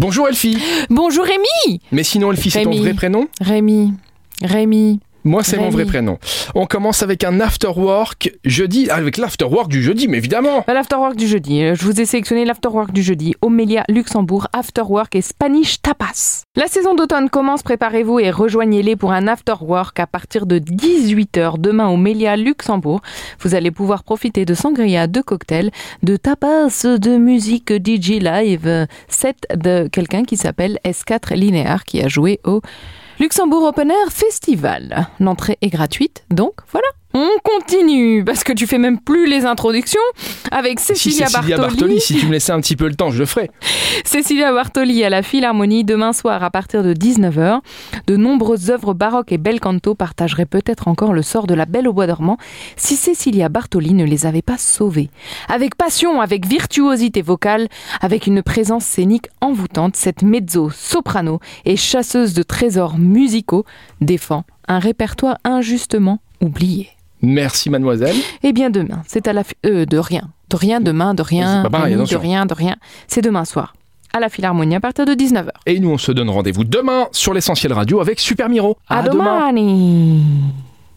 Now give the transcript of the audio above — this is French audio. Bonjour Elfie Bonjour Rémi Mais sinon Elfie, c'est ton Rémi. vrai prénom Rémi, Rémi, Moi, c'est mon Rémi. vrai prénom. On commence avec un afterwork jeudi, avec l'afterwork du jeudi, mais évidemment Bah, l'afterwork du jeudi. Euh, Je vous ai sélectionné l'afterwork du jeudi. Omélia Luxembourg, afterwork et Spanish tapas. La saison d'automne commence, préparez-vous et rejoignez-les pour un afterwork à partir de 18h demain au Mélia Luxembourg. Vous allez pouvoir profiter de sangria, de cocktails, de tapas, de musique DJ live, euh, set de quelqu'un qui s'appelle S4 Linéar qui a joué au Luxembourg Open Air Festival. L'entrée est gratuite, donc voilà. On continue, parce que tu fais même plus les introductions, avec Si Cécilia, Cécilia Bartoli. si tu me laissais un petit peu le temps, je le ferai. Cécilia Bartoli à la Philharmonie demain soir à partir de 19h. De nombreuses œuvres baroques et bel canto partageraient peut-être encore le sort de la Belle au Bois dormant si Cécilia Bartoli ne les avait pas sauvées. Avec passion, avec virtuosité vocale, avec une présence scénique envoûtante, cette mezzo, soprano et chasseuse de trésors musicaux défend un répertoire injustement oublié. Merci mademoiselle. Eh bien demain, c'est à la... fi- euh, de rien. De rien, demain, de rien, pas pareil, Rémi, de attention. rien, de rien. C'est demain soir, à la Philharmonie, à partir de 19h. Et nous, on se donne rendez-vous demain sur l'essentiel radio avec Super Miro. A domani